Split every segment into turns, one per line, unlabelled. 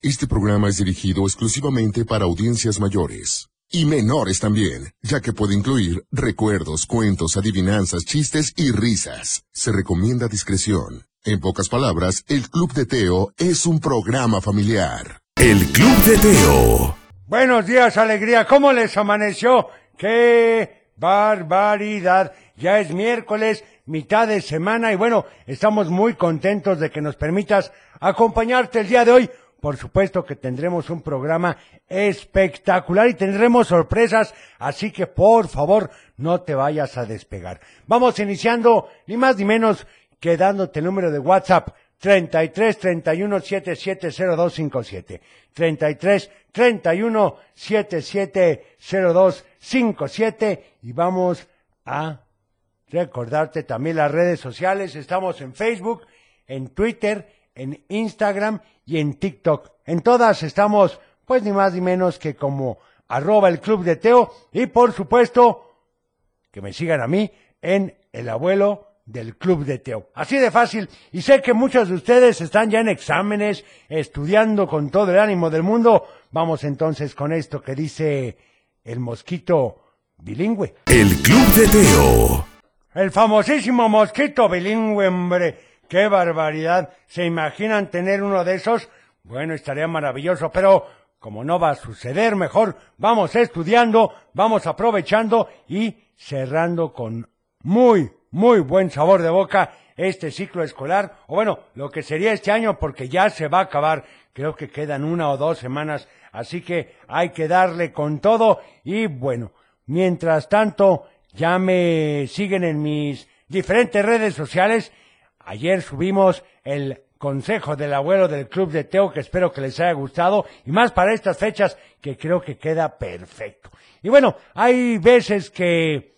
Este programa es dirigido exclusivamente para audiencias mayores. Y menores también, ya que puede incluir recuerdos, cuentos, adivinanzas, chistes y risas. Se recomienda discreción. En pocas palabras, el Club de Teo es un programa familiar.
El Club de Teo.
Buenos días, alegría. ¿Cómo les amaneció? ¡Qué barbaridad! Ya es miércoles, mitad de semana y bueno, estamos muy contentos de que nos permitas acompañarte el día de hoy. Por supuesto que tendremos un programa espectacular y tendremos sorpresas, así que por favor no te vayas a despegar. Vamos iniciando ni más ni menos que dándote el número de WhatsApp 33 31 770257. 33 31 770257 y vamos a recordarte también las redes sociales. Estamos en Facebook, en Twitter, en Instagram y en TikTok. En todas estamos, pues ni más ni menos que como arroba el club de Teo y por supuesto que me sigan a mí en el abuelo del Club de Teo. Así de fácil. Y sé que muchos de ustedes están ya en exámenes, estudiando con todo el ánimo del mundo. Vamos entonces con esto que dice el mosquito bilingüe.
El Club de Teo.
El famosísimo mosquito bilingüe, hombre. Qué barbaridad. ¿Se imaginan tener uno de esos? Bueno, estaría maravilloso, pero como no va a suceder, mejor vamos estudiando, vamos aprovechando y cerrando con muy, muy buen sabor de boca este ciclo escolar, o bueno, lo que sería este año, porque ya se va a acabar, creo que quedan una o dos semanas, así que hay que darle con todo y bueno, mientras tanto, ya me siguen en mis diferentes redes sociales, ayer subimos el consejo del abuelo del club de Teo que espero que les haya gustado y más para estas fechas que creo que queda perfecto. Y bueno, hay veces que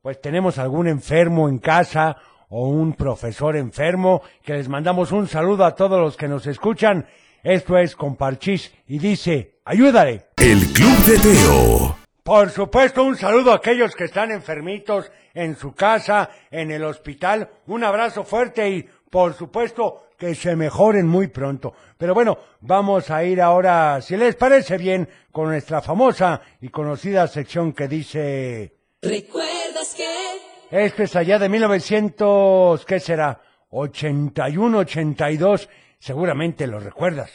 pues tenemos algún enfermo en casa o un profesor enfermo, que les mandamos un saludo a todos los que nos escuchan. Esto es con Parchís y dice, ayúdale.
El Club de Teo.
Por supuesto, un saludo a aquellos que están enfermitos en su casa, en el hospital. Un abrazo fuerte y, por supuesto, que se mejoren muy pronto. Pero bueno, vamos a ir ahora, si les parece bien, con nuestra famosa y conocida sección que dice...
¿Recuerdas que?
Esto es allá de 1900, ¿qué será? 81, 82, seguramente lo recuerdas.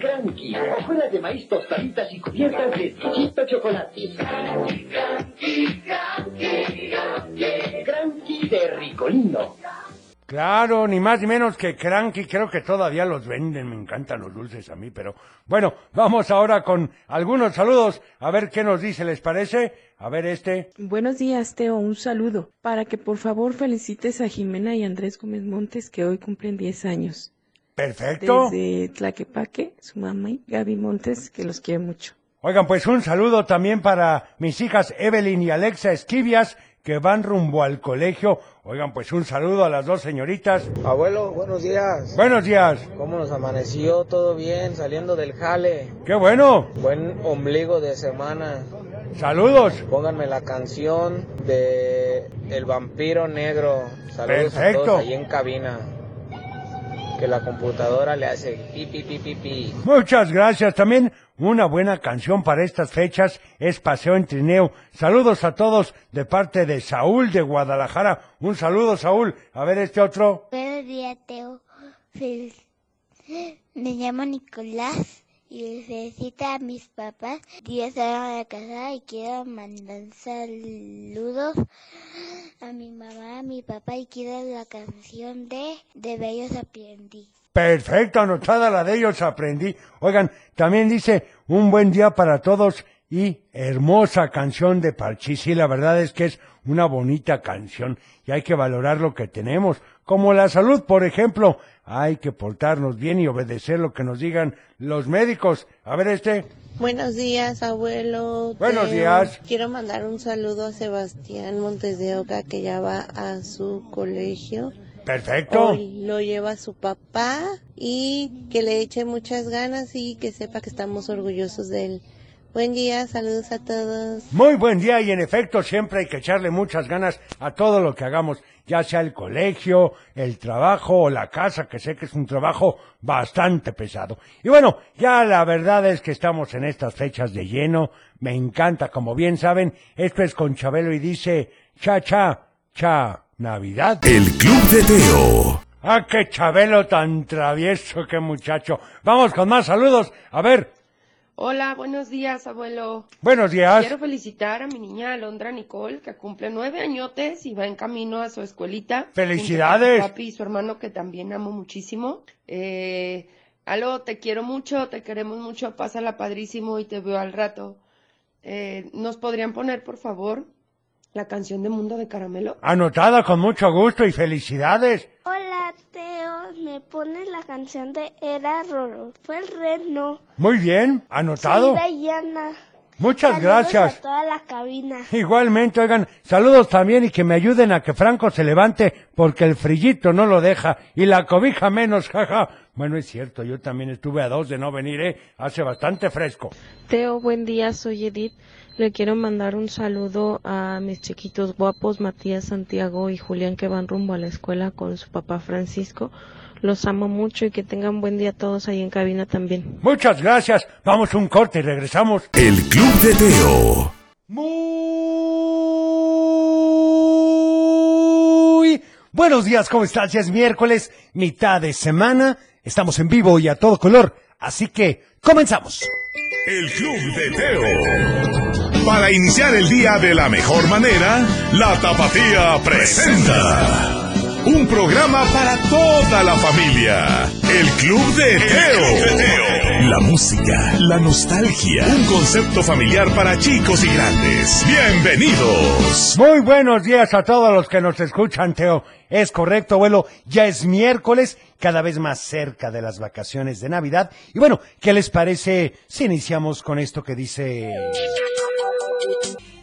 Cranky, hojuelas de maíz tostaditas y cubiertas de exquisito chocolate. Cranky de Ricolino.
Claro, ni más ni menos que Cranky, creo que todavía los venden, me encantan los dulces a mí, pero bueno, vamos ahora con algunos saludos, a ver qué nos dice, ¿les parece? A ver este.
Buenos días, Teo. Un saludo. Para que por favor felicites a Jimena y Andrés Gómez Montes, que hoy cumplen 10 años.
Perfecto.
Desde Tlaquepaque, su mamá y Gaby Montes, que los quiere mucho.
Oigan, pues un saludo también para mis hijas Evelyn y Alexa Esquivias, que van rumbo al colegio. Oigan, pues un saludo a las dos señoritas.
Abuelo, buenos días.
Buenos días.
¿Cómo nos amaneció? ¿Todo bien? Saliendo del jale.
Qué bueno.
Buen ombligo de semana.
Saludos.
Pónganme la canción de El Vampiro Negro. Saludos
Perfecto.
a todos ahí en cabina. Que la computadora le hace pi pi pi pi pi.
Muchas gracias. También una buena canción para estas fechas es Paseo en Trineo. Saludos a todos de parte de Saúl de Guadalajara. Un saludo, Saúl. A ver este otro.
Buenos días, Teo. Fel- Me llamo Nicolás y felicito a mis papás. 10 años de casada y quiero mandar saludos a mi mamá, a mi papá y quiero la canción de De Bellos Aprendí.
Perfecto, anotada la de ellos, aprendí. Oigan, también dice un buen día para todos y hermosa canción de Parchís. Sí, la verdad es que es una bonita canción y hay que valorar lo que tenemos, como la salud, por ejemplo. Hay que portarnos bien y obedecer lo que nos digan los médicos. A ver este.
Buenos días, abuelo.
Buenos días.
Quiero mandar un saludo a Sebastián Montes de Oca, que ya va a su colegio.
Perfecto.
Hoy lo lleva su papá y que le eche muchas ganas y que sepa que estamos orgullosos de él. Buen día, saludos a todos.
Muy buen día y en efecto siempre hay que echarle muchas ganas a todo lo que hagamos, ya sea el colegio, el trabajo o la casa, que sé que es un trabajo bastante pesado. Y bueno, ya la verdad es que estamos en estas fechas de lleno, me encanta, como bien saben, esto es con Chabelo y dice, cha, cha, cha, Navidad.
Eh.
El Club de Teo.
Ah, qué Chabelo tan travieso, qué muchacho. Vamos con más saludos, a ver,
Hola, buenos días, abuelo.
buenos días.
Quiero felicitar a mi niña Alondra Nicole, que cumple nueve añotes y va en camino a su escuelita.
¡Felicidades!
Junto con su papi y su hermano, que también amo muchísimo. Eh, Alo, te quiero mucho, te queremos mucho, pásala padrísimo y te veo al rato. Eh, ¿Nos podrían poner, por favor, la canción de Mundo de Caramelo?
Anotada con mucho gusto y felicidades.
Hola, Teo. ¿Me pones la canción de Era Roro? Fue el reno.
Muy bien, anotado.
Diana.
Muchas gracias.
toda la cabina.
Igualmente, oigan, saludos también y que me ayuden a que Franco se levante porque el frillito no lo deja y la cobija menos, jaja. Bueno, es cierto, yo también estuve a dos de no venir, ¿eh? Hace bastante fresco.
Teo, buen día, soy Edith. Le quiero mandar un saludo a mis chiquitos guapos, Matías Santiago y Julián, que van rumbo a la escuela con su papá Francisco. Los amo mucho y que tengan buen día todos ahí en cabina también.
Muchas gracias. Vamos un corte y regresamos.
El Club de Teo.
Muy buenos días, ¿cómo estás? Ya es miércoles, mitad de semana. Estamos en vivo y a todo color, así que comenzamos.
El Club de Teo. Para iniciar el día de la mejor manera, la Tapatía presenta un programa para toda la familia. El Club de Teo. La música, la nostalgia, un concepto familiar para chicos y grandes. Bienvenidos.
Muy buenos días a todos los que nos escuchan, Teo. Es correcto, abuelo, ya es miércoles, cada vez más cerca de las vacaciones de Navidad. Y bueno, ¿qué les parece si iniciamos con esto que dice...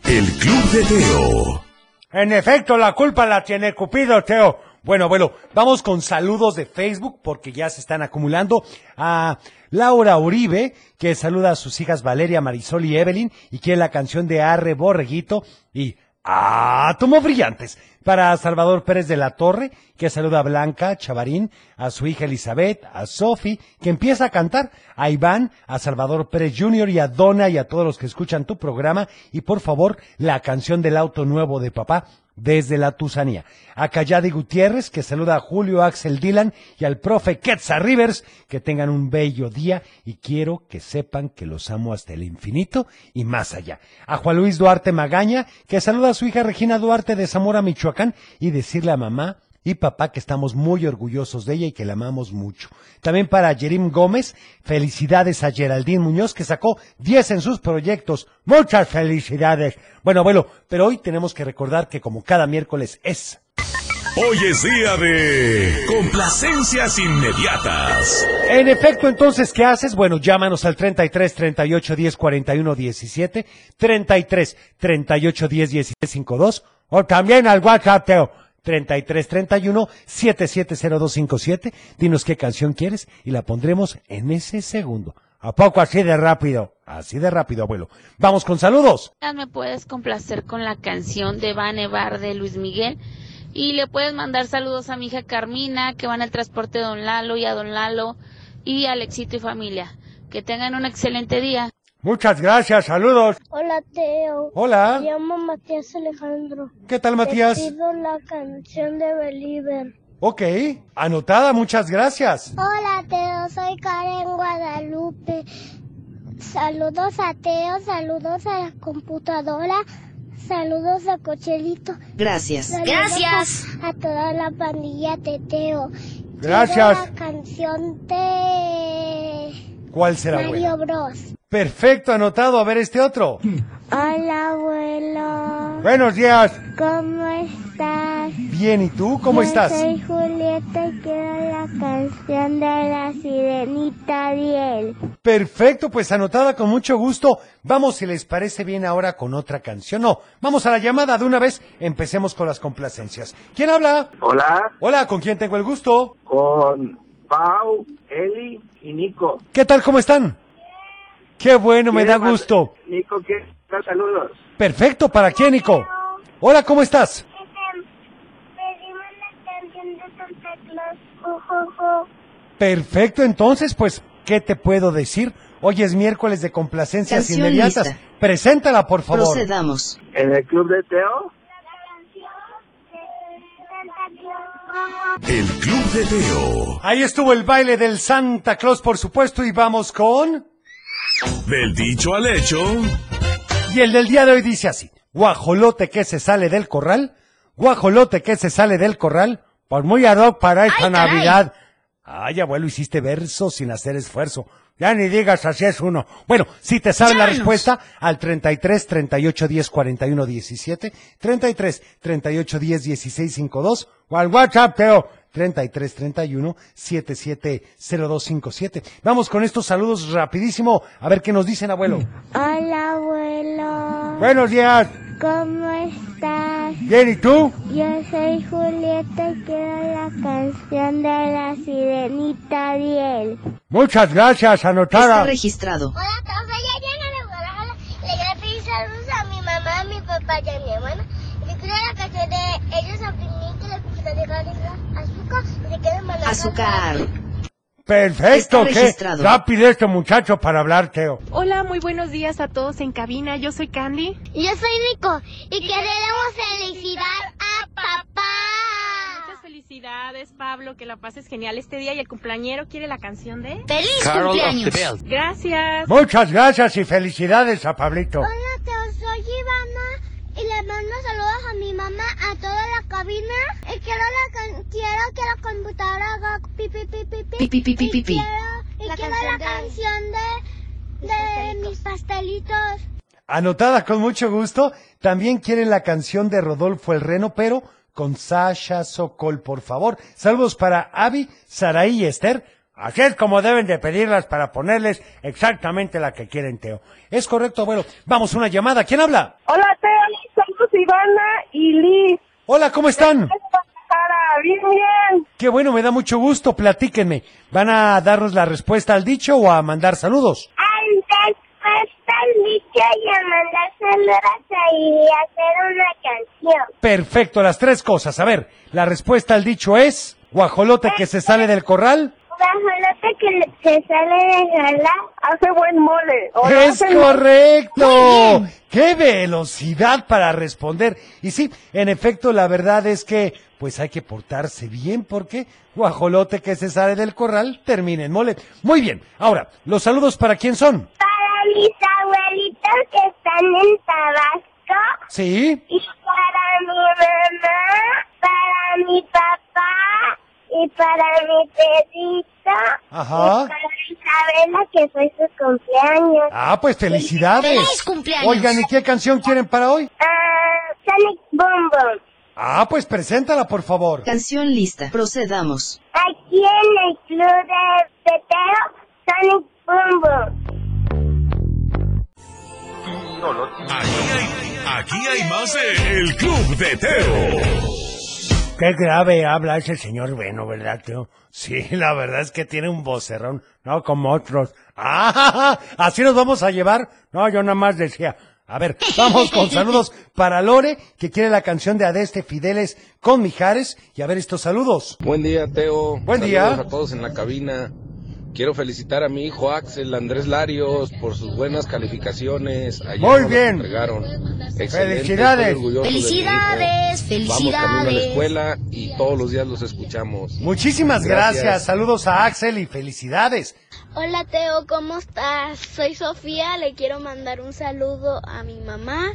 El Club de Teo.
En efecto, la culpa la tiene Cupido, Teo. Bueno, bueno, vamos con saludos de Facebook porque ya se están acumulando a Laura Uribe, que saluda a sus hijas Valeria, Marisol y Evelyn y quiere la canción de Arre Borreguito y Átomos Brillantes. Para Salvador Pérez de la Torre, que saluda a Blanca Chavarín, a su hija Elizabeth, a Sofi, que empieza a cantar, a Iván, a Salvador Pérez Jr. y a Donna y a todos los que escuchan tu programa. Y por favor, la canción del auto nuevo de papá desde la Tusanía. A Calladi Gutiérrez, que saluda a Julio Axel Dylan y al profe Quetzal Rivers, que tengan un bello día y quiero que sepan que los amo hasta el infinito y más allá. A Juan Luis Duarte Magaña, que saluda a su hija Regina Duarte de Zamora, Michoacán, y decirle a mamá y papá que estamos muy orgullosos de ella y que la amamos mucho. También para Jerim Gómez, felicidades a Geraldine Muñoz que sacó 10 en sus proyectos. Muchas felicidades. Bueno, abuelo, pero hoy tenemos que recordar que como cada miércoles es...
Hoy es día de complacencias inmediatas.
En efecto, entonces, ¿qué haces? Bueno, llámanos al 33 38 10 41 17, 33 38 10 17 52, o también al WhatsApp, Teo, 33 31 770257. Dinos qué canción quieres y la pondremos en ese segundo. ¿A poco así de rápido? Así de rápido, abuelo. Vamos con saludos.
me puedes complacer con la canción de Va a Nevar de Luis Miguel. Y le puedes mandar saludos a mi hija Carmina, que va en el transporte de Don Lalo y a Don Lalo y a Alexito y familia. Que tengan un excelente día.
Muchas gracias, saludos.
Hola, Teo.
Hola.
Me llamo Matías Alejandro.
¿Qué tal,
Te
Matías?
pido la canción de Believer.
Ok, anotada, muchas gracias.
Hola, Teo. Soy Karen Guadalupe. Saludos a Teo. Saludos a la computadora. Saludos a Cochelito.
Gracias.
Saludos
Gracias.
A, a toda la pandilla de Teo. Quiero
Gracias.
La canción de
¿Cuál será,
Mario
abuelo?
Bros.
Perfecto, anotado. A ver este otro.
Hola, abuelo.
Buenos días.
¿Cómo estás?
Bien, ¿y tú cómo
Yo
estás?
Soy Julieta y quiero la canción de la sirenita Ariel.
Perfecto, pues anotada con mucho gusto. Vamos, si les parece bien ahora con otra canción. No, vamos a la llamada de una vez. Empecemos con las complacencias. ¿Quién habla?
Hola,
Hola, ¿con quién tengo el gusto?
con Pau, Eli y Nico.
¿Qué tal? ¿Cómo están? Qué bueno, me da gusto.
Nico, ¿qué tal? Saludos.
Perfecto, ¿para quién, Nico? Hola, ¿cómo estás? Perfecto, entonces, pues, ¿qué te puedo decir? Hoy es miércoles de complacencias
Canción
inmediatas.
lista.
Preséntala, por favor.
Procedamos.
En el club de Teo.
El Club de Teo.
Ahí estuvo el baile del Santa Claus, por supuesto, y vamos con...
Del dicho al hecho.
Y el del día de hoy dice así: Guajolote que se sale del corral, guajolote que se sale del corral, por muy ad hoc para esta Navidad. Ay, abuelo, hiciste verso sin hacer esfuerzo. Ya ni digas, así es uno. Bueno, si te sabes la respuesta, al 33 38 10 41 17, 33 38 10 16 52, o al WhatsApp, Teo, 33 31 77 0257. Vamos con estos saludos rapidísimo, a ver qué nos dicen, abuelo.
Mm.
Hola, abuelo.
Buenos días.
¿Cómo estás?
Bien, ¿y tú?
Yo soy Julieta y quiero la canción de la sirenita Ariel.
Muchas gracias, anotada.
registrado.
Hola, todos. Soy Ariana de Guadalajara. Le quiero pedir saludos a mi mamá, a mi papá y a mi hermana. Le quiero la canción de ellos a Brinito, la cuchara de Galicia, azúcar. Le quiero mandar
Azúcar.
Perfecto,
Está
qué
registrado.
rápido este muchacho para hablar, Teo.
Hola, muy buenos días a todos en cabina. Yo soy Candy.
Yo soy Rico y queremos felicitar a papá.
Muchas felicidades, Pablo. Que la pases genial este día. Y el cumpleañero quiere la canción de.
¡Feliz
Carol of the cumpleaños! Bells.
Gracias.
Muchas gracias y felicidades a Pablito.
Hola, Teo, soy Ivana y le mando saludos a mi mamá, a toda la cabina. Y quiero, la can- quiero que la computadora haga pi pi pi pi pi.
Pi, pi, pi, pi,
Y
pi, pi.
quiero- Y
La
quiero
canción
la
de-
canción de, de mis pastelitos.
Anotada con mucho gusto. También quieren la canción de Rodolfo el Reno, pero con Sasha Sokol, por favor. Saludos para Avi, Saraí y Esther. Así es como deben de pedirlas para ponerles exactamente la que quieren, Teo. Es correcto, abuelo. Vamos, una llamada. ¿Quién habla?
Hola, Teo, somos Ivana y Liz.
Hola, ¿cómo están?
Para, bien, bien.
Qué bueno, me da mucho gusto. Platíquenme. ¿Van a darnos la respuesta al dicho o a mandar saludos?
Antes hasta el bicho pues, y a mandar saludos y hacer una canción.
Perfecto, las tres cosas. A ver, la respuesta al dicho es guajolote que se sale del corral.
Guajolote que se sale de jala.
Hace buen mole. o lo
Es
hace mole.
correcto. ¡Qué velocidad para responder! Y sí, en efecto, la verdad es que pues hay que portarse bien porque guajolote que se sale del corral termina en mole. Muy bien, ahora, los saludos para quién son.
Para mis abuelitos que están en Tabasco.
Sí.
Y para mi mamá, para mi papá y para mi perrito.
Ajá.
Y para Isabela que soy su cumpleaños.
Ah, pues felicidades.
¡Feliz cumpleaños!
Oigan, ¿y qué canción quieren para hoy?
Ah, Sonic Boom Boom.
Ah, pues preséntala, por favor.
Canción lista. Procedamos.
Aquí en el club de Petero, Sonic Boom Boom.
Aquí hay, aquí hay más de El Club de Teo.
Qué grave habla ese señor Bueno, ¿verdad, tío? Sí, la verdad es que tiene un vocerrón, no como otros. ¡Ah! ¿Así nos vamos a llevar? No, yo nada más decía. A ver, vamos con saludos para Lore, que quiere la canción de Adeste Fideles con Mijares. Y a ver estos saludos.
Buen día, Teo.
Buen
Saludos
día.
a todos en la cabina. Quiero felicitar a mi hijo Axel Andrés Larios por sus buenas calificaciones. Ayer
Muy
nos las
bien.
entregaron. Excelente,
Felicidades.
estoy orgulloso de mi hijo.
Felicidades,
Vamos camino a la
felicidades.
escuela y todos los días los escuchamos.
Muchísimas gracias. Saludos a Axel y felicidades.
Hola Teo, ¿cómo estás? Soy Sofía, le quiero mandar un saludo a mi mamá,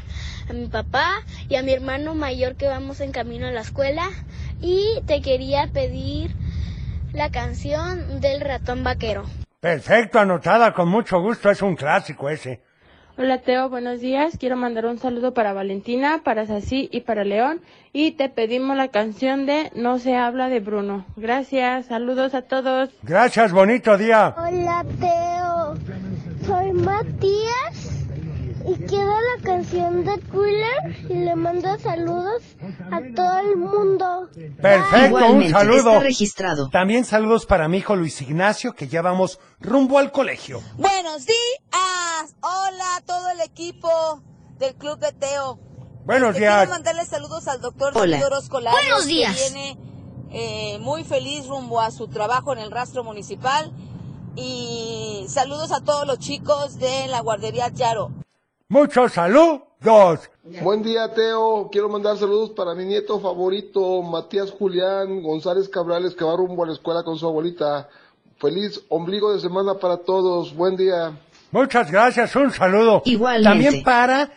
a mi papá y a mi hermano mayor que vamos en camino a la escuela. Y te quería pedir la canción del ratón vaquero.
Perfecto, anotada con mucho gusto. Es un clásico ese.
Hola Teo, buenos días. Quiero mandar un saludo para Valentina, para Sací y para León. Y te pedimos la canción de No se habla de Bruno. Gracias, saludos a todos.
Gracias, bonito día.
Hola Teo, soy Matías y queda la canción de Thriller y le mando saludos a todo el mundo.
Perfecto,
Igualmente,
un saludo.
está registrado.
También saludos para mi hijo Luis Ignacio, que ya vamos rumbo al colegio.
Buenos días. Hola a todo el equipo del Club de Teo.
Buenos
Este,
días.
Quiero mandarle saludos al doctor
Hola.
Sergio Orozco Larios,
Buenos días.
Que viene eh, muy feliz rumbo a su trabajo en el rastro municipal. Y saludos a todos los chicos de la guardería Yaro.
Muchos saludos.
Buen día, Teo. Quiero mandar saludos para mi nieto favorito, Matías Julián González Cabrales, que va rumbo a la escuela con su abuelita. Feliz ombligo de semana para todos. Buen día.
Muchas gracias, un saludo.
Igualmente.
También para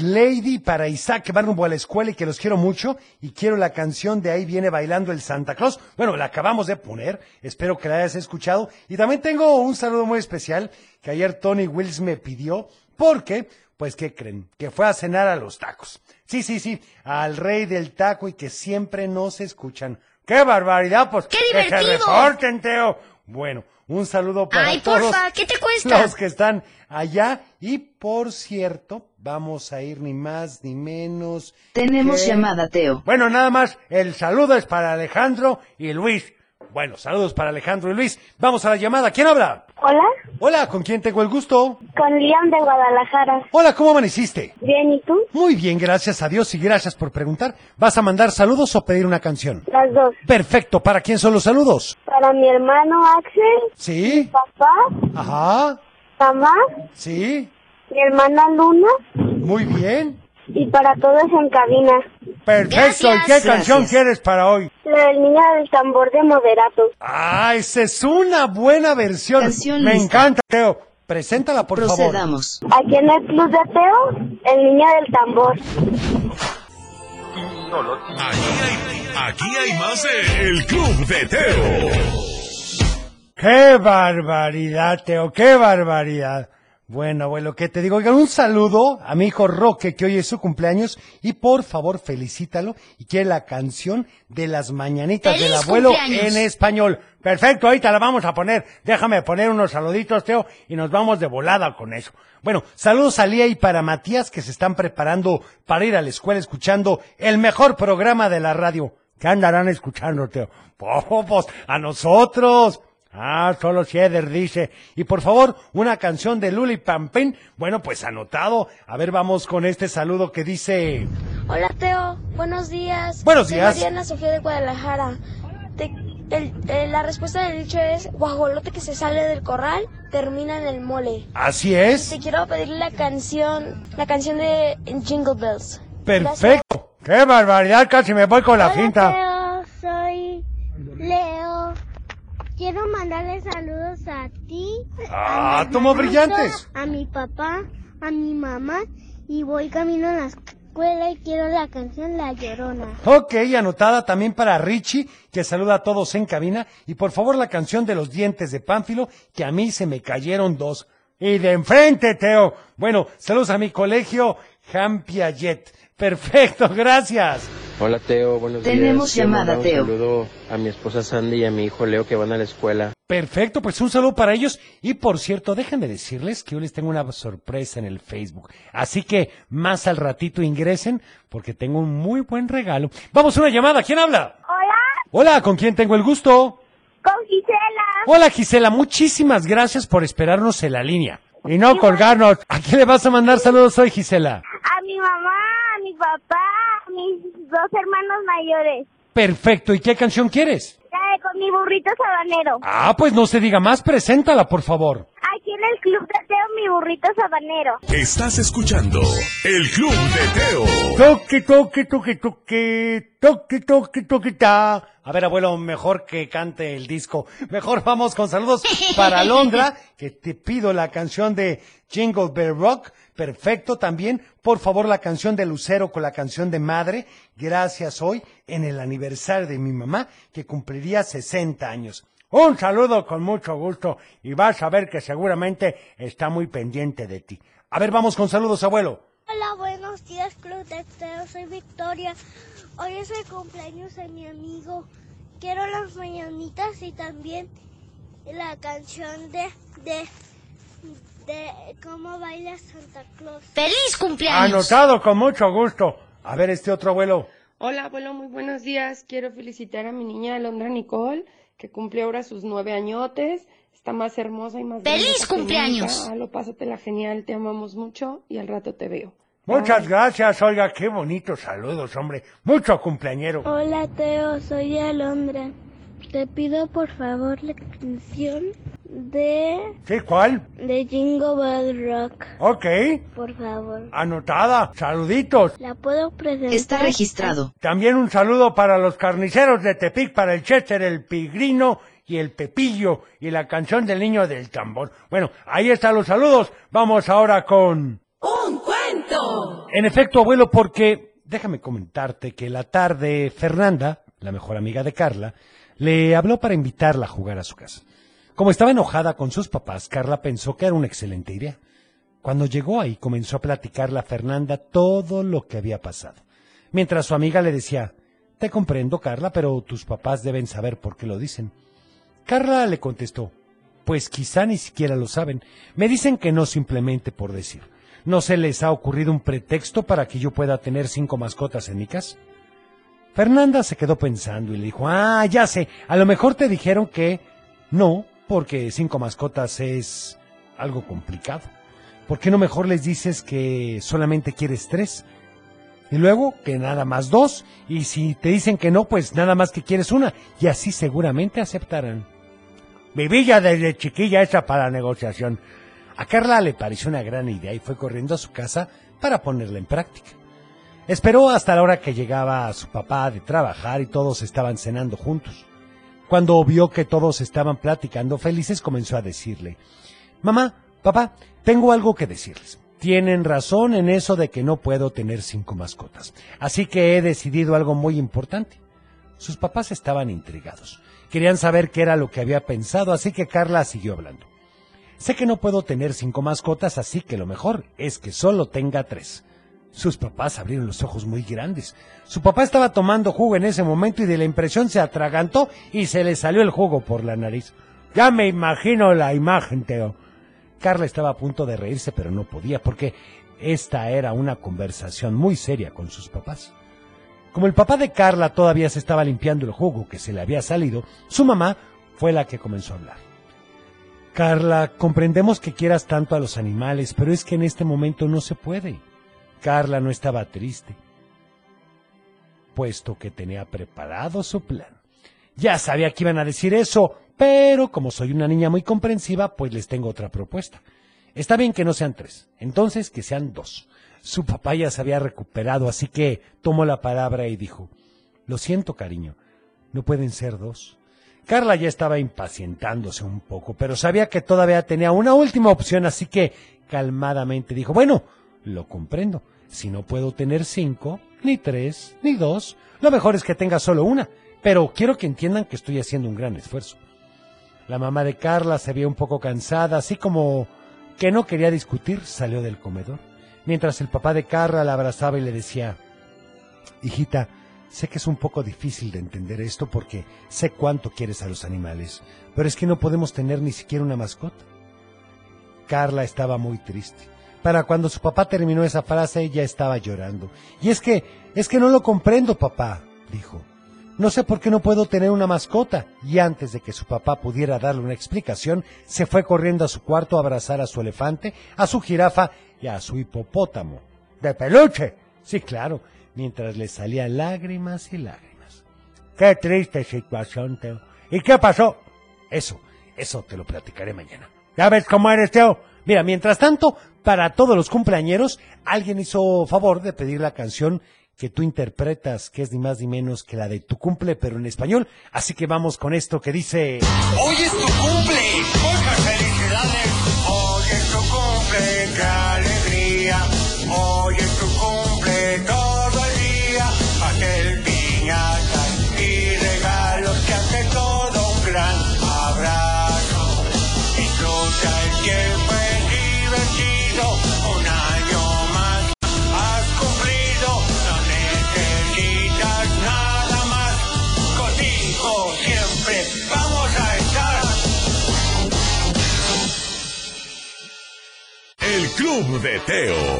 Lady, para Isaac, que van rumbo a la escuela y que los quiero mucho. Y quiero la canción de Ahí viene bailando el Santa Claus. Bueno, la acabamos de poner. Espero que la hayas escuchado. Y también tengo un saludo muy especial que ayer Tony Wills me pidió. Porque, pues, ¿qué creen? Que fue a cenar a los tacos. Sí, sí, sí, al rey del taco y que siempre nos escuchan. ¡Qué barbaridad! Pues ¡Qué Que se
divertido!
reporten, Teo. Bueno, un saludo para
Ay,
todos
porfa, ¿qué te cuesta?
Los que están allá. Y por cierto, vamos a ir ni más ni menos.
Tenemos
que-
llamada, Teo.
Bueno, nada más, el saludo es para Alejandro y Luis. Bueno, saludos para Alejandro y Luis. Vamos a la llamada. ¿Quién habla?
Hola,
Hola, ¿con quién tengo el gusto?
con Liam de Guadalajara.
Hola, ¿cómo amaneciste?
Bien, ¿y tú?
Muy bien, gracias a Dios y gracias por preguntar. ¿Vas a mandar saludos o pedir una canción?
Las dos.
Perfecto, ¿para quién son los saludos?
Para mi hermano Axel,
¿Sí?
papá,
Ajá.
mamá,
¿Sí?
mi hermana Luna
Muy bien.
y para todos en cabina.
Perfecto, ¿y qué
Gracias.
canción
Gracias.
quieres para hoy?
La del niño del tambor de moderato.
Ah, esa es una buena versión.
Canción
Me
lista.
encanta, Teo. Preséntala, por
Procedamos.
Aquí en el Club de Teo, el niño del tambor.
Aquí hay más de El Club de Teo.
favor. Qué barbaridad, Teo, qué barbaridad. Bueno, abuelo, ¿qué te digo? Oigan, un saludo a mi hijo Roque, que hoy es su cumpleaños, y por favor felicítalo y quiere la canción de las mañanitas del
¡Feliz
abuelo
cumpleaños!
en español. Perfecto, ahorita la vamos a poner. Déjame poner unos saluditos, Teo, y nos vamos de volada con eso. Bueno, saludos a Lía y para Matías, que se están preparando para ir a la escuela escuchando el mejor programa de la radio. ¿Qué andarán escuchando, Teo? Oh, pues, a nosotros. Ah, solo Sheder dice. Y por favor, una canción de Luli Pampín. Bueno, pues anotado. A ver, vamos con este saludo que dice...
Hola Teo, buenos días.
Buenos
Soy
días.
Mariana Sofía de Guadalajara. Te- el- eh, la respuesta del dicho es guajolote que se sale del corral termina en el mole.
Así es.
Te quiero pedir la canción, la canción de Jingle Bells.
Perfecto. Qué barbaridad, casi me voy con la
Hola,
cinta.
Teo, soy Leo. Quiero mandarle saludos a ti.
Ah,
a mis
tomo
hermanitos,
brillantes.
A mi papá, a mi mamá y voy camino a la escuela y quiero la canción La Llorona.
Ok, anotada también para Richie, que saluda a todos en cabina. Y por favor, la canción de los dientes de Pánfilo, que a mí se me cayeron dos. Y de enfrente, Teo. Bueno, saludos a mi colegio, Jampiaget. Perfecto, gracias.
Hola Teo, buenos
Tenemos
días. Quiero
llamada,
mandar un
Teo.
saludo a mi esposa Sandy y a mi hijo Leo que van a la escuela.
Perfecto, pues un saludo para ellos. Y por cierto, déjenme decirles que yo les tengo una sorpresa en el Facebook. Así que más al ratito ingresen porque tengo un muy buen regalo. Vamos, una llamada. ¿Quién habla?
Hola,
Hola, ¿con quién tengo el gusto?
con Gisela.
Hola, Gisela. Muchísimas gracias por esperarnos en la línea. Y no colgarnos. ¿A quién le vas a mandar saludos hoy, Gisela?
A mi mamá, a mi papá, a mis dos hermanos mayores.
Perfecto. ¿Y qué canción quieres?
La de con mi burrito sabanero.
Ah, pues no se diga más. Preséntala, por favor.
Aquí en el club de Teo, mi burrito sabanero.
Estás escuchando El Club de Teo.
Toque, toque, toque, toque, toque, toque, toque, ta. A ver, abuelo, mejor que cante el disco. Mejor vamos con saludos para Londra, que te pido la canción de Jingle Bell Rock. Perfecto también. Por favor, la canción de Lucero con la canción de Madre. Gracias hoy en el aniversario de mi mamá, que cumpliría 60 años. Un saludo con mucho gusto y vas a ver que seguramente está muy pendiente de ti. A ver, vamos con saludos, abuelo.
Hola, buenos días, Club de Teo. Soy Victoria. Hoy es el cumpleaños de mi amigo. Quiero las mañanitas y también la canción de, de, de cómo baila Santa Claus.
¡Feliz cumpleaños!
Anotado con mucho gusto. A ver este otro abuelo.
Hola, abuelo, muy buenos días. Quiero felicitar a mi niña Alondra Nicole, que cumple ahora sus nueve añotes. Está más hermosa y más
¡Feliz
grande que
cumpleaños!
nunca. Alo, pásatela genial, te amamos mucho y al rato te veo.
Muchas gracias, oiga, qué bonitos saludos, hombre. Mucho cumpleañero.
Hola Teo, soy Alondra. Te pido por favor la canción de,
¿Sí, cuál?
de Jingo Bell Rock,
Ok.
por favor.
Anotada. Saluditos.
¿La puedo presentar?
También un saludo para los carniceros de Tepic, para el Chester, el Pigrino y el Pepillo y la canción del niño del tambor. Bueno, ahí están los saludos. Vamos ahora con...
Un cuento.
En efecto, abuelo, porque déjame comentarte que la tarde Fernanda, la mejor amiga de Carla, le habló para invitarla a jugar a su casa. Como estaba enojada con sus papás, Carla pensó que era una excelente idea. Cuando llegó ahí comenzó a platicarle a Fernanda todo lo que había pasado. Mientras su amiga le decía, Te comprendo, Carla, pero tus papás deben saber por qué lo dicen. Carla le contestó, pues quizá ni siquiera lo saben. Me dicen que no simplemente por decir. ¿No se les ha ocurrido un pretexto para que yo pueda tener cinco mascotas en mi casa? Fernanda se quedó pensando y le dijo, ah, ya sé, a lo mejor te dijeron que no, porque cinco mascotas es algo complicado. ¿Por qué no mejor les dices que solamente quieres tres? Y luego que nada más dos, y si te dicen que no, pues nada más que quieres una, y así seguramente aceptarán. Viví ya desde chiquilla esa para la negociación. A Carla le pareció una gran idea y fue corriendo a su casa para ponerla en práctica. Esperó hasta la hora que llegaba su papá de trabajar y todos estaban cenando juntos. Cuando vio que todos estaban platicando felices, comenzó a decirle, Mamá, papá, tengo algo que decirles. Tienen razón en eso de que no puedo tener cinco mascotas. Así que he decidido algo muy importante. Sus papás estaban intrigados. Querían saber qué era lo que había pensado, así que Carla siguió hablando. Sé que no puedo tener cinco mascotas, así que lo mejor es que solo tenga tres. Sus papás abrieron los ojos muy grandes. Su papá estaba tomando jugo en ese momento y de la impresión se atragantó y se le salió el jugo por la nariz. Ya me imagino la imagen, Teo. Carla estaba a punto de reírse, pero no podía, porque esta era una conversación muy seria con sus papás. Como el papá de Carla todavía se estaba limpiando el jugo que se le había salido, su mamá fue la que comenzó a hablar. Carla, comprendemos que quieras tanto a los animales, pero es que en este momento no se puede. Carla no estaba triste, puesto que tenía preparado su plan. Ya sabía que iban a decir eso, pero como soy una niña muy comprensiva, pues les tengo otra propuesta. Está bien que no sean tres, entonces que sean dos. Su papá ya se había recuperado, así que tomó la palabra y dijo, Lo siento, cariño, no pueden ser dos. Carla ya estaba impacientándose un poco, pero sabía que todavía tenía una última opción, así que calmadamente dijo, Bueno, lo comprendo. Si no puedo tener cinco, ni tres, ni dos, lo mejor es que tenga solo una, pero quiero que entiendan que estoy haciendo un gran esfuerzo. La mamá de Carla se vio un poco cansada, así como que no quería discutir, salió del comedor, mientras el papá de Carla la abrazaba y le decía, Hijita, sé que es un poco difícil de entender esto porque sé cuánto quieres a los animales, pero es que no podemos tener ni siquiera una mascota. Carla estaba muy triste. Para cuando su papá terminó esa frase, ella estaba llorando. Y es que, es que no lo comprendo, papá, dijo. No sé por qué no puedo tener una mascota. Y antes de que su papá pudiera darle una explicación, se fue corriendo a su cuarto a abrazar a su elefante, a su jirafa y a su hipopótamo. ¡De peluche! Sí, claro, mientras le salían lágrimas y lágrimas. ¡Qué triste situación, Teo! ¿Y qué pasó? Eso, eso te lo platicaré mañana. ¿Ya ves cómo eres, Teo? Mira, mientras tanto, para todos los cumpleañeros, alguien hizo favor de pedir la canción que tú interpretas, que es ni más ni menos que la de tu cumple, pero en español. Así que vamos con esto que dice...
Hoy es tu cumple. Muchas felicidades. Hoy es tu cumple. Qué alegría. Hoy es tu cumple todo el día. Aquel piñata y regalos que hace todo un gran abrazo. Disfruta el tiempo es divertido. Un año más has cumplido. No necesitas nada más. Contigo siempre vamos a estar.
Club de Teo.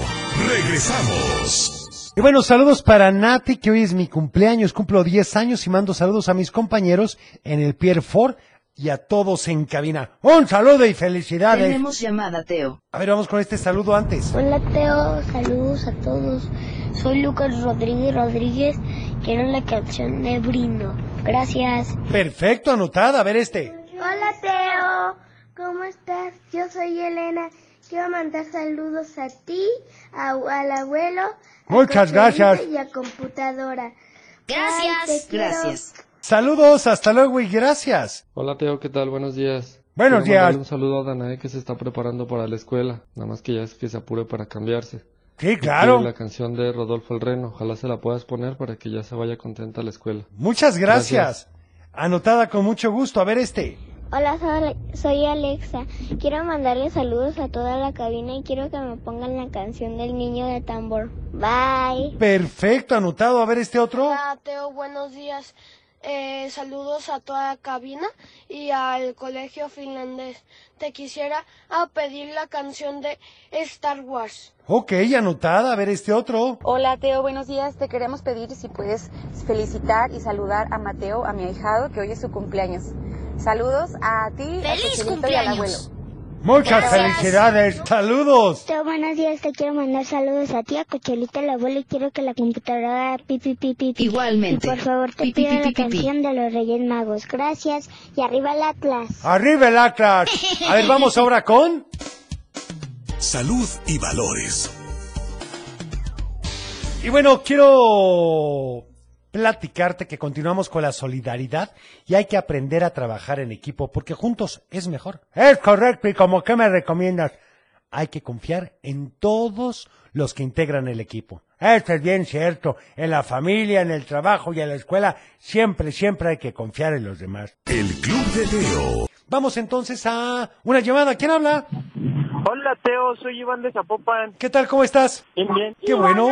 Regresamos.
Y bueno, saludos para Nati, que hoy es mi cumpleaños, cumplo 10 años y mando saludos a mis compañeros en el Pier Ford y a todos en cabina. Un saludo y felicidades.
Tenemos llamada, Teo.
A ver, vamos con este saludo antes.
Hola Teo, saludos a todos. Soy Lucas Rodríguez Rodríguez, quiero la canción de Brino. Gracias.
Perfecto, anotada. A ver este.
Hola Teo, ¿cómo estás? Yo soy Elena. Quiero mandar saludos a ti, a- al abuelo. a
Muchas
Cochelita
gracias.
Y a computadora.
Gracias.
Ay, te quiero.
Saludos, hasta luego y gracias.
Hola Teo, ¿qué tal? Buenos días.
Buenos
Quiero mandarle
días.
Un saludo a Danae que se está preparando para la escuela. Nada más que ya es que se apure para cambiarse.
Sí,
Y
claro.
quiere La canción de Rodolfo el Reno. Ojalá se la puedas poner para que ya se vaya contenta a la escuela.
Muchas gracias. Anotada con mucho gusto. A ver este.
Hola, soy- soy Alexa. Quiero mandarle saludos a toda la cabina y quiero que me pongan la canción del niño de tambor. Bye.
Perfecto, anotado. A ver este otro.
Hola, Teo, buenos días. Eh, saludos a toda la cabina y al colegio finlandés. Te quisiera a pedir la canción de Star Wars.
Ok, anotada. A ver este otro.
Hola Teo, buenos días. Te queremos pedir si puedes felicitar y saludar a Mateo, a mi ahijado, que hoy es su cumpleaños. Saludos a ti, a
¡Feliz
Cochelito y al abuelo.
cumpleaños!
Muchas
Gracias.
felicidades. Saludos.
Teo, buenos días. Te quiero mandar saludos a ti, a Cochelita, al abuelo y quiero que la computadora haga pi, pi, pi, pi, pi.
Igualmente.
Y por favor, te
Pi, pi,
pido
pi,
la
pi, pi.
canción de los Reyes Magos. Gracias. Y arriba el Atlas.
Arriba el Atlas. A ver, vamos ahora con.
Salud y valores.
Y bueno, quiero platicarte que continuamos con la solidaridad y hay que aprender a trabajar en equipo porque juntos es mejor. Es correcto y como que me recomiendas, hay que confiar en todos los que integran el equipo. Esto es bien cierto. En la familia, en el trabajo y en la escuela, siempre, siempre hay que confiar en los demás.
El Club de Teo.
Vamos entonces a una llamada. ¿Quién habla?
Hola Teo, soy Iván de Zapopan.
¿Qué tal? ¿Cómo estás?
Bien, bien.
Qué bueno.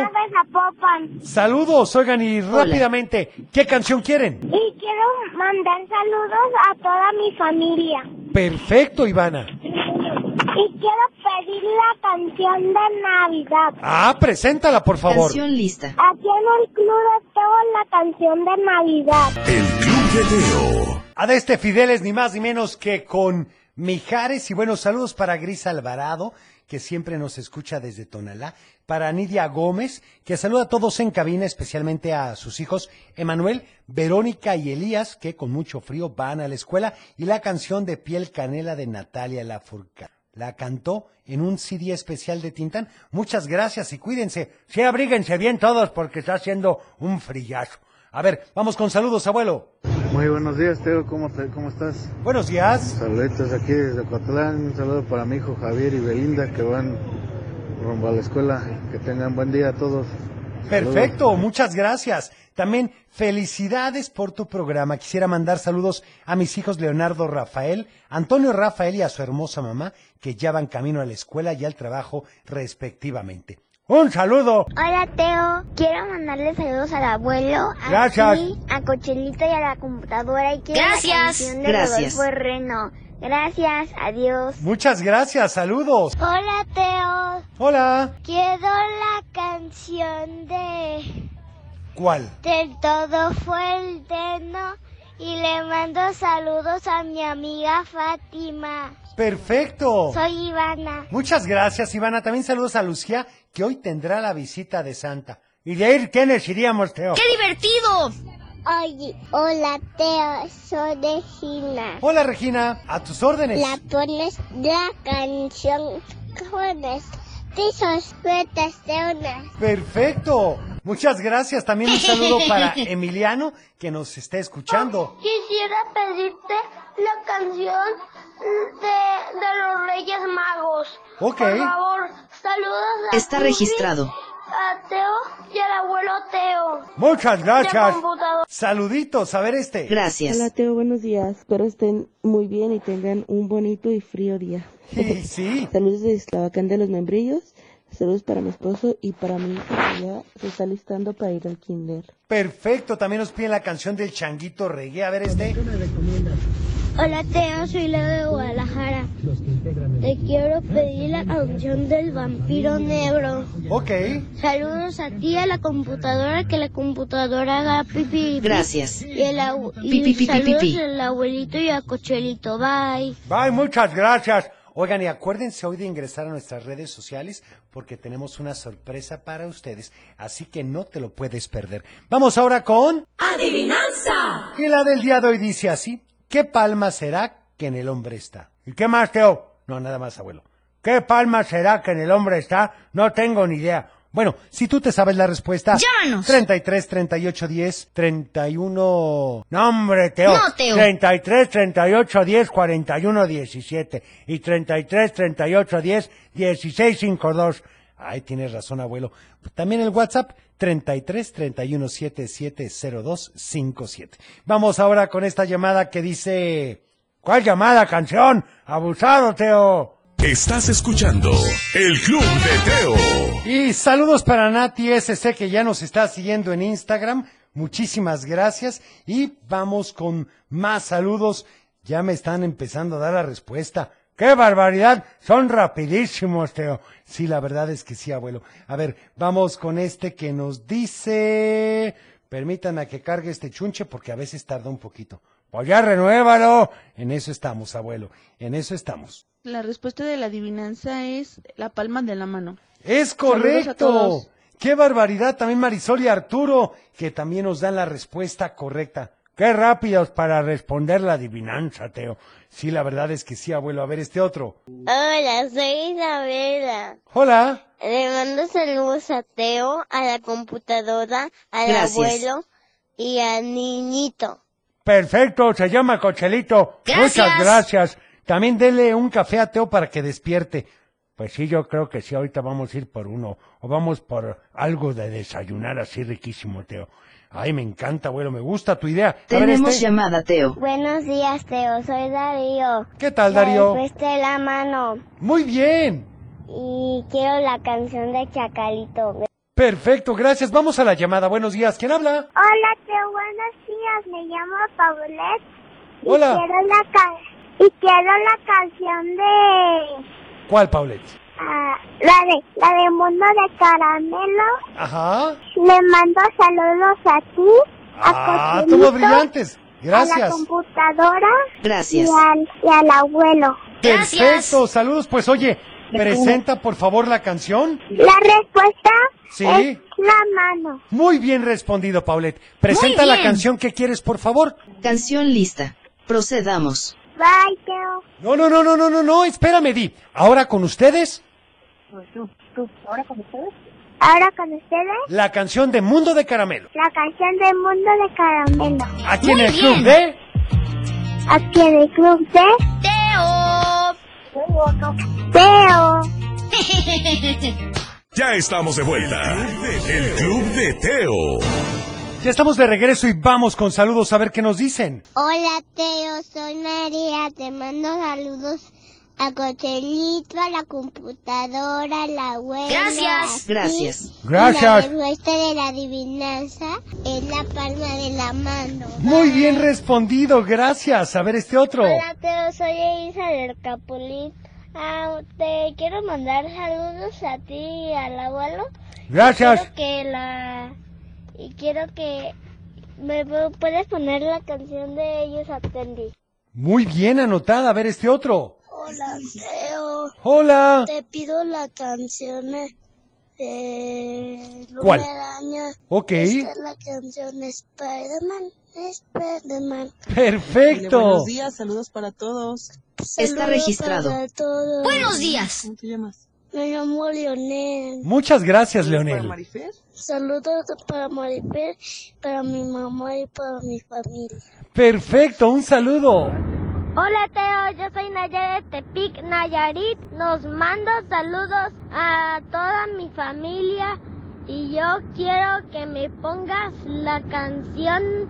Saludos, oigan, y rápidamente, ¿qué canción quieren?
Y quiero mandar saludos a toda mi familia.
Perfecto, Ivana.
Y quiero pedir la canción de Navidad.
Ah, preséntala, por favor.
lista.
Aquí en el club de Teo la canción de Navidad.
El Club de Teo.
A de este Fidel es ni más ni menos que con Mijares. Y buenos saludos para Gris Alvarado, que siempre nos escucha desde Tonalá. Para Nidia Gómez, que saluda a todos en cabina, especialmente a sus hijos Emanuel, Verónica y Elías, que con mucho frío van a la escuela. Y la canción de Piel Canela de Natalia Lafourcade. La cantó en un CD especial de Tintán. Muchas gracias y cuídense. Sí, abríguense bien todos porque está haciendo un frillazo. A ver, vamos con saludos, abuelo.
Muy buenos días, Teo. ¿Cómo, te- cómo estás?
Buenos días.
Saluditos aquí desde Ocotlán. Un saludo para mi hijo Javier y Belinda que van rumbo a la escuela. Que tengan buen día a todos. Saludos.
Perfecto, muchas gracias. También felicidades por tu programa. Quisiera mandar saludos a mis hijos Leonardo Rafael, Antonio Rafael y a su hermosa mamá, que ya van camino a la escuela y al trabajo respectivamente. Un saludo.
Hola Teo, quiero mandarle saludos al abuelo, a
Gracias.
ti, a Cochelito y a la computadora y quiero
Gracias.
la canción de
Gracias.
Rodolfo Reno. Gracias, adiós.
Muchas gracias, saludos.
Hola Teo,
Hola.
quiero la canción de
¿Cuál?
Del todo fue el deno y le mando saludos a mi amiga Fátima.
Perfecto.
Soy Ivana.
Muchas gracias, Ivana. También saludos a Lucía, que hoy tendrá la visita de Santa. ¿Y de ir quiénes iríamos, Teo?
divertido! Oye, hola Teo, soy Regina.
Hola, Regina. A tus órdenes.
La pones la canción pones pisos vetas de una.
Perfecto. Muchas gracias. También un saludo para Emiliano, que nos está escuchando.
Quisiera pedirte la canción de, los Reyes Magos.
Ok. Por
favor, saludos
Está registrado.
a Teo y al abuelo Teo.
Muchas gracias.
De computador.
Saluditos. A ver este.
Hola Teo, buenos días. Espero estén muy bien y tengan un bonito y frío día.
Sí, sí.
Saludos de Iztlavacán de los Membrillos. Saludos para mi esposo y para mi hijo que ya se está listando para ir al kinder.
Perfecto. También nos piden la canción del Changuito Reggae. A ver este.
Hola Teo, soy Leo de Guadalajara. Te quiero pedir la canción del vampiro negro.
Ok.
Saludos a ti, a la computadora, que la computadora haga pipi.
este.
Gracias.
Y, el abu- y
Pipi, pipi,
saludos
pipi.
al abuelito y a Cochelito. Bye.
Bye, muchas gracias. Oigan, y acuérdense hoy de ingresar a nuestras redes sociales porque tenemos una sorpresa para ustedes, así que no te lo puedes perder. Vamos ahora con...
adivinanza,
Y la del día de hoy dice así, ¿qué palma será que en el hombre está? ¿Y qué más, Teo? No, nada más, abuelo. ¿Qué palma será que en el hombre está? No tengo ni idea. Bueno, si tú te sabes la respuesta...
Llámanos.
33 38 10 31... No, hombre, Teo.
No, Teo.
33 38 10 41 17 y 33 38 10 16 52. Ay, tienes razón, abuelo. También el WhatsApp 33 31 77 02 57. Vamos ahora con esta llamada que dice ¿Cuál llamada, canción? Abusado, Teo.
Estás escuchando El Club de Teo.
Y saludos para Nati SC que ya nos está siguiendo en Instagram. Muchísimas gracias. Y vamos con más saludos. Ya me están empezando a dar la respuesta. ¡Qué barbaridad! Son rapidísimos, Teo. Sí, la verdad es que sí, abuelo. A ver, vamos con este que nos dice... Permítanme a que cargue este chunche porque a veces tarda un poquito. Pues ya renuévalo. En eso estamos, abuelo. En eso estamos.
La respuesta de la adivinanza es la palma de la mano.
Es
Saludos a todos.
correcto. Qué barbaridad también Marisol y Arturo, que también nos dan la respuesta correcta. Qué rápidos para responder la adivinanza, Teo. Sí, la verdad es que sí, abuelo. A ver este otro.
Hola, soy Isabela.
Hola.
Le mando saludos a Teo, a la computadora, al
Gracias.
abuelo y al niñito.
Perfecto, se llama Cochelito. Muchas gracias. También dele un café a Teo para que despierte. Pues sí, yo creo que sí, ahorita vamos a ir por uno. O vamos por algo de desayunar así riquísimo, Teo. Ay, me encanta, abuelo, me gusta tu idea. A ver,
Tenemos
este.
llamada, Teo.
Buenos días, Teo. Soy Darío.
¿Qué tal, Darío?
La respuesta es la mano.
Muy bien.
Y quiero la canción de Chacalito.
Perfecto, gracias. Vamos a la llamada. Buenos días. ¿Quién habla?
Hola, Teo, buenos días. Me llamo Paulette.
y Hola.
Quiero la y quiero la canción de... ah,
¿Cuál, Paulette?
la de la de Mundo de Caramelo.
Ajá.
Le mando saludos a ti, a
Ah,
Cochinito,
tuvo brillantes.
a la
Gracias.
computadora.
Gracias.
Y al, y al abuelo.
Perfecto, saludos. Pues oye, presenta por favor la canción.
La respuesta
Sí.
es la mano.
Muy bien respondido, Paulette. Presenta
Muy
la
bien.
canción que quieres, por favor.
Canción lista. Procedamos.
Bye, Teo.
No, no, no, no, no, no, no. Espérame, Di. Ahora con ustedes,
¿Ahora con ustedes? Ahora con ustedes,
la canción de Mundo de Caramelo.
la canción de Mundo de Caramelo.
Aquí en el club de.
Aquí en el club de... Teo. Teo.
Ya estamos de vuelta. El Club de Teo.
Ya estamos de regreso y vamos con saludos a ver qué nos dicen.
Hola, Teo. Soy María. Te mando saludos a Cochelito, a la computadora, al abuelo.
Gracias.
a ti.
Gracias.
Y
Gracias.
La respuesta de la adivinanza es la palma de la mano.
Muy bien respondido, gracias. A ver este otro.
Hola Teo, soy Isa del Capulín. Ah, te quiero mandar saludos a ti y al abuelo.
Gracias.
Quiero que la... Y quiero que... ¿Me pu- puedes poner la canción de ellos aprendí?
Muy bien anotada. A ver este otro.
Hola Teo,
Hola.
te pido la canción de...
¿Cuál? Ok. Esta es
la canción Spider-Man, Spider-Man.
Perfecto.
días, saludos para todos.
Saludos
registrado.
para todos.
Buenos días. ¿Cómo te llamas?
Me llamo Leonel.
Muchas gracias, Leonel.
Marifer?
Saludos para Maripel, para mi mamá y para mi familia.
Perfecto, un saludo.
Hola Teo, yo soy Nayarit Tepic Nayarit. Nos mando saludos a toda mi familia y yo quiero que me pongas la canción